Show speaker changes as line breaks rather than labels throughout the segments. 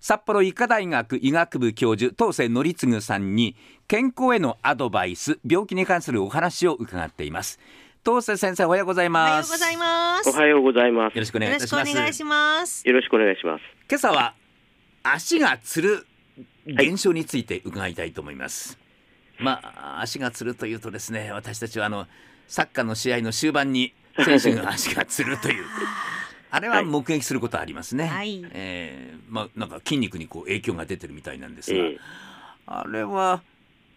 札幌医科大学医学部教授当世則次さんに健康へのアドバイス病気に関するお話を伺っています当世先生おはようござい
おはよ
ま
う
す
ございます。
おはようございます。
よ
よ
ろしくお願い
よ
い
ろ
た
し
し
くお
ます
願いします。
ろしくお願いします。
今朝は足がつる現象について伺いたいと思います、まあ足がつるというとですね私たちはあのサッカーの試合の終盤に選手が足がつると いうあれは目撃することありますね、
はい
えーまあなんか筋肉にこう影響が出てるみたいなんですが、
ええ
あれは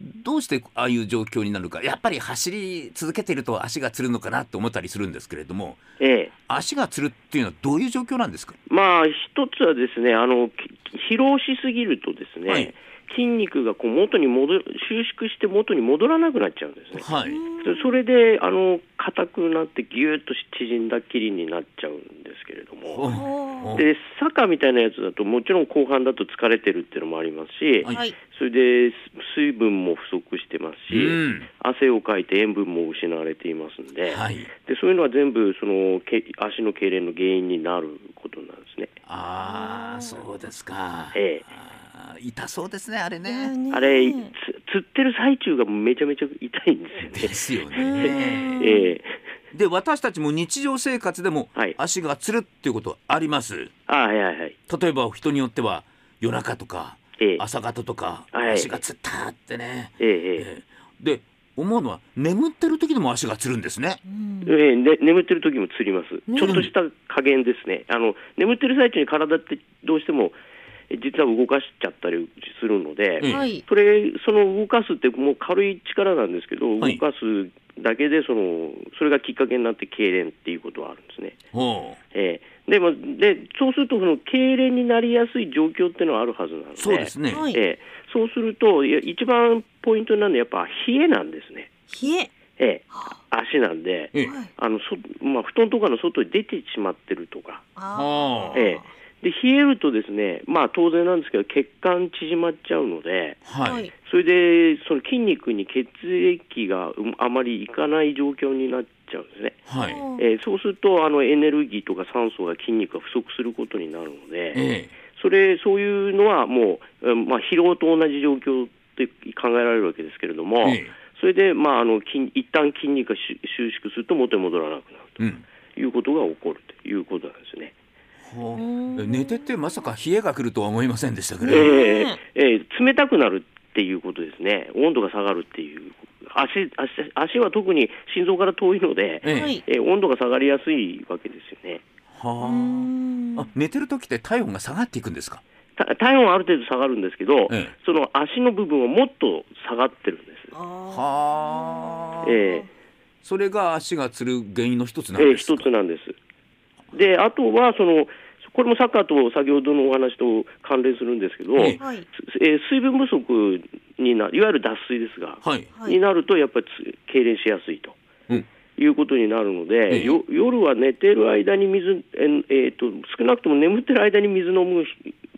どうしてああいう状況になるかやっぱり走り続けてると足がつるのかなって思ったりするんですけれども
ええ
足がつるっていうのはどういう状況なんですか
まあ、一つはですね、あの、き疲労しすぎるとですね、
はい
筋肉がこう元に戻る、収縮して元に戻らなくなっちゃうんですね。
はい、
そそれで、あの、硬くなってぎゅーっと縮んだきりになっちゃうんですけれども。
お
おー
で、サッカーみたいなやつだと、もちろん後半だと疲れてるっていうのもありますし、
はい
はい。
それで水分も不足してますし、
うん
汗をかいて塩分も失われていますんで、
はい。
でそういうのは全部そのけ足の痙攣の原因になることなんですね。
ああ、そうですか。
ええ
あー痛そうですね、あれね。
ね
あれつ
ね
釣ってる最中がめちゃめちゃ痛いんで
ですすよ
う
ね。
ん
よね。ええ
で、私たちも日常生活でも
はい
足がつるっていうことはあります。
あはいはいはい。
例えば人によっては夜中とか
ええ
朝方とか
はい
足がつったってね。
ええええ
ええで、思うのは眠ってる時でも足がつるんですね。
うん
ええね、眠ってる時も釣ります、
ね
ちょっとした加減ですねあの眠ってる最中に体ってどうしてもえ実は動かしちゃったりするので、
ええ
はい。
それその動かすってもう軽い力なんですけど動
はい
かすだけでそのそれがきっかけになって痙攣っていうことはあるんですね。
ほう
ええでもでそうするとその痙攣になりやすい状況っていうのはあるはずなので
そうですね。
はい
ええそうするといや一番ポイントになるのはやっぱ冷えなんですね、
冷え。
ええ、足なんで
ええ
はい
あのそ、まあ、布団とかの外に出てしまってるとか、
あー
ええ、で冷えるとですね、まあ、当然なんですけど血管縮まっちゃうので
は
はいい。。
それでその筋肉に血液がうんあまりいかない状況になっちゃうんですね。
はい。
えーそうするとあのエネルギーとか酸素が筋肉が不足することになるので、
ええ
それそういうのはもう、うんまあ、疲労と同じ状況って考えられるわけですけれども、
ええ
それで、まあ、あの筋一旦筋肉が収収縮すると元に戻らなくなる
うん。
ということが起こるということなんですね。
ほう
うん
寝ててまさか冷えが来るとは思いませんでしたけれども。
ええええ冷たくなるっていうことですね、温度が下がるっていう、足足足は特に心臓から遠いので、
ええ
はい。
ええ温度が下がりやすいわけですよね。
う
は
ん
あ。あ、寝てる時って体温が下がっていくんですか。
た体温はある程度下がるんですけど、
ええ
その足の部分はもっと下がってるんです。
あ
はあ、
ええ
それが足がつる原因の一つなん
ええ
です
一
か。
つなんです。で、あとはその、これもサッカーと先ほどのお話と関連するんですけど、
え
ーはい。
すえー水分不足になる、いわゆる脱水ですが、
はい。
はい
になるとやっぱりつ痙攣しやすいと。
うん
いうことになるので、
ええ
よ夜は寝てる間に水、ええーと、少なくとも眠ってる間に水飲む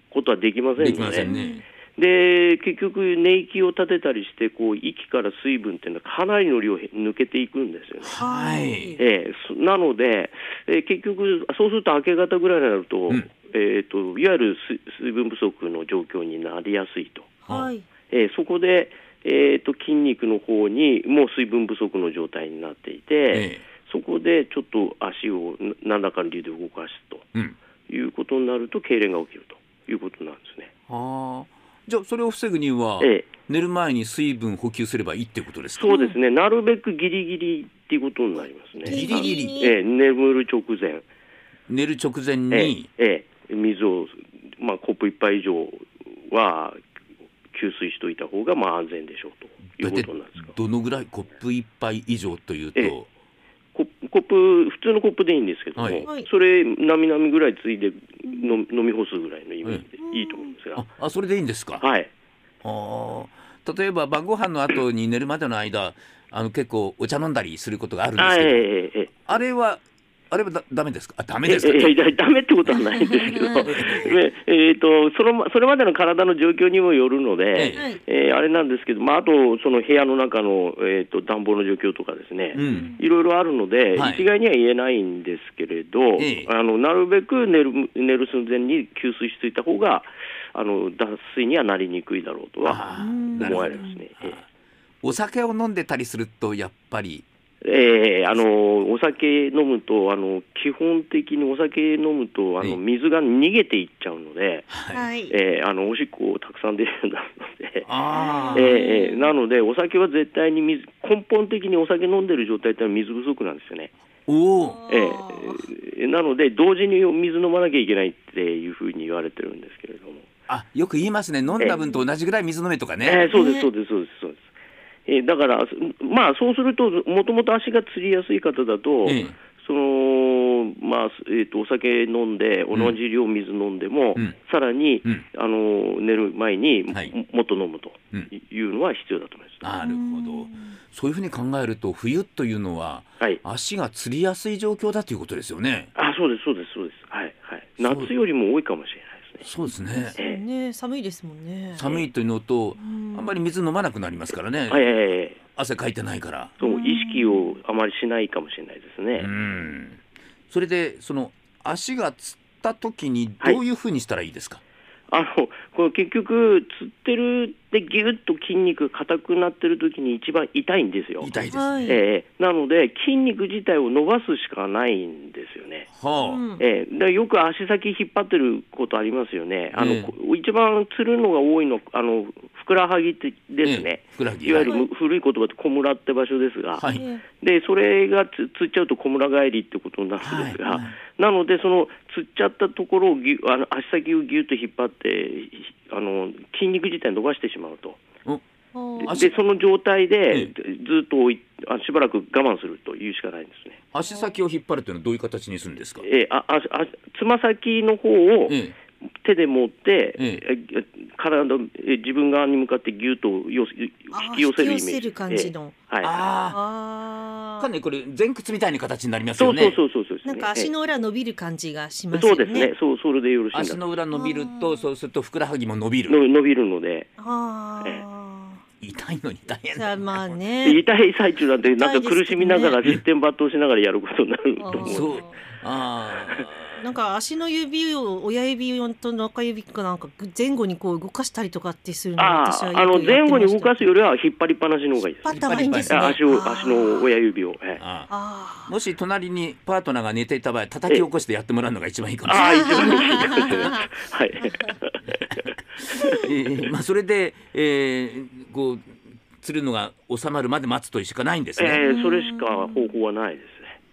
ことはできませんの
で
で、
きませんね。
で結局、寝息を立てたりしてこう、息から水分っていうのはかなりの量へ抜けていくんですよね。
は
はい
い。
ええそなので、えー結局、そうすると明け方ぐらいになると,、
ん
えー、といわゆる水水分不足の状況になりやすいと、
はい。
えーそこで、えー、と筋肉の方にもう水分不足の状態になっていて、
ええ
そこでちょっと足をな何らかの理由で動かす
うん。
ということになると、痙攣が起きるということなんですね。
はあ。じゃあそれを防ぐには、
ええ
寝る前に水分補給すればいいっていうことですか。
そうですね、なるべくギリギリっていうことになりますね。
ギリギリ
ええ、眠る直前、
寝る直前
え
に、
えええ、水を、まあ、コップ一杯以上は給水しておいた方がまあ安全でしょうとい
大
うこ
体
となんですが、
どのぐらいコップ一杯以上というと、
ええココップ、普通のコップでいいんですけども、
はい
はい
それ、なみなみぐらいついでの飲み干すぐらいのイメージでいいと思うんですが
あ、、あそれでいいんですか。
はい、
はあ。例えば晩ご飯の後に寝るまでの間、あの結構お茶飲んだりすることがあるんです
あ
け
え
ど。
えええええ
あれは、あれはだダメですか。あ、ダメ
え
ですか。
えいやダメってことはないんですけ ど、ねえー、とそのまそれまでの体の状況にもよるので、
え
はい。
えーあれなんですけど、まあ、あとその部屋の中の、えー、と暖房の状況とかですね、
うん。
いろいろあるので、
はい
一概には言えないんですけれど、
ええ
あのなるべく寝る寝る寸前に給水していた方があの脱水にはなりにくいだろうとは
ああ
うん
なる
思
ほ
わ
ど
れますね。ええ
お酒を飲んでたりするとやっぱり
ええあのお酒飲むとあの基本的にお酒飲むとあ
ええ
の水が逃げていっちゃうので、
はい
はい。
ええあのおしっこをたくさん出るようになるので。
ああ
ええええなので、お酒は絶対に水、根本的にお酒飲んでる状態ってのは水不足なんですよね。
おお
ええええなので、同時に水飲まなきゃいけないっていうふうに言われてるんですけれども。
あよく言いますね飲んだ分と同じぐらい水飲めとか
え
ね
えそうです、
ね
そうです、そうです、そうです。ええだから、すまあ、そうすると、もともと足がつりやすい方だと、
ええ
そのまあすえー、とお酒飲んで、同じ量水飲んでも、
うん
さらに、
うん
あの寝る前にも,、
はい
っと飲むと
うん
いうのは必要だと思います。
なるほどそういうふうに考えると冬というのは
はい、
足がつりやすい状況だということですよね
あそうです、そうです、そうです、はいはい、
そう
夏よりも多いかもしれないですね。
そうですね
そうね、寒いですもんね。
寒いというのと
あ
あん
ん
まり水飲まなくなりますからね、
はいはいはいはい、
汗かいてないから
そう意識をあまりしないかもしれないですね。
うんそれでその足がつった時に
はい
どういうふうにしたらいいですか、
あのこの結局、つってるでぎゅっと筋肉硬くなってる時に一番痛いんですよ。
痛いですね、
は。
はい
ええなので、筋肉自体を伸ばすしかないんですよね。
あ、
うん
ええでよく足先引っ張ってることありますよね。あの
ええ
こ一番つるのが多いのあのふくらはぎってですね。
ええふくらはぎ
いわゆる
は
む古い言葉でこむらって場所ですが、
はい
え
でそれがつつっちゃうとこむら返りってことになるんですが、
はいはい
なので、そのつっちゃったところをぎゅあの足先をぎゅっと引っ張ってひあの、筋肉自体伸ばしてしまうと、
お
え
足
でその状態
ええ
でずっと置いあしばらく我慢するというしかないんですね。
足先を引っ張るというのはどういう形にするんですか、
えーあああつま先の方を
ええ
手で持って、
え
え体のえ自分側に向かってぎゅっとよ引
あー
き寄せるイメー
引き
ジ
寄せる感じの。
えーはい
あ
あ
あ
あ。
かなりこれ前屈みたいな形になります
そ
よ
う
ね
そうそうそうそうですね
なんか
えー
足の裏伸びる感じがします
そ
よ
う
ね。
ですね。、そうそれでよろしいんだ
足の裏伸びる
あ
と
ー
そうするとふくらはぎも伸びる
の伸びるので、
あ
え
痛いのに大変
あ。じゃあまあね。
痛い最中なんて、なんか
痛いですけどね
苦しみながら、失点抜刀しながらやることになると
あ
思
ー
う。
そうあ
なんか足の指を親指と中指かなんか前後にこう動かしたりとかってするの
あ
私は
あ、あの前後に動かす
よ
よりは引っ張りっぱなしの方がいいで
くやってました。引っ張った方がいいんです
す。
ね。
あ足を、
あー
足の親指を。ええ
ああ
あ
もし隣にパートナーが寝ていた場合叩き起こしてやってもらうのが一番いいかもしれない
ああ、一番いいかもしれ ないです。はい。
えーまあそれで、えーこう釣るのが収まるまで待つというしかないんです
え
ね、
えそれしか方法はないですね。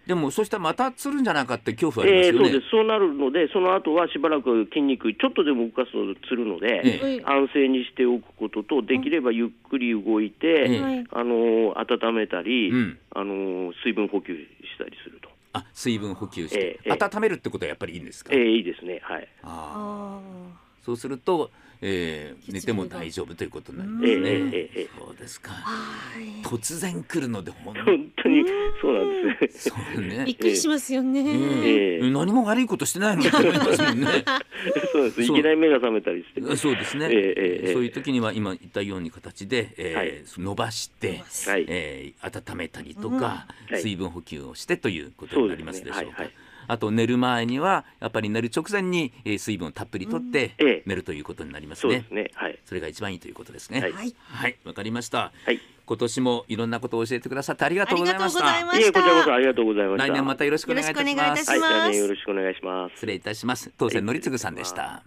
でもそしたらまた釣るんじゃないかって恐怖はあ
ええ
りま
そう
す
で
よ
す
ね、。
そうなるので、その後はしばらく筋肉、ちょっとでも動かすのつるの
え
で、
え
ー
安静にしておくことと、できればゆっくり動いて、
ええ
はい
あの温めたり、
うん
あの水分補給したりすると、
あ水分補給して、
ええええ
温めるってことはやっぱりいいんですか、
ええいいですね、はい
あ
あ
あそうすると、えー
血流が
寝ても大丈夫ということになりま
ええ
すね、
ええええ
そうです
ー
か
はい
突然来るので本当に
本当にそうなんです。
そう
びっ
ね、
くりしますよね。
うん
ええ
何も悪いことしてないのにと思いますもん ね
そうなんですい
そう
きなり目が覚めたりして、
そうですね、
ええええ
そういう時には今言ったように形で、えー
はい
伸ばして、
はい、
えー温めたりとか、
うんはい
水分補給をしてということになりますでしょうか。
そうですねはいはい
あと寝る前にはやっぱり寝る直前にえー水分をたっぷりとって
うんええ
寝るということになります
そう
ね。
ですね、はい、
それが一番いいということですね。
はい
はい。
はい、わかりました。
はい、い
今年もいろんなことを教えてくださってありがと
あ
う
り
ござい
がと
ま
う
し
ござ
た
い。ま
え
し
こ
た。
ちらこそありがとうございました。
来年またよろしくお願いいたし
よろしくお願い
ま
いたし
す
ます。
はい、来年よろしくお願いします。
失礼いたします。当選のりつぐさんでした。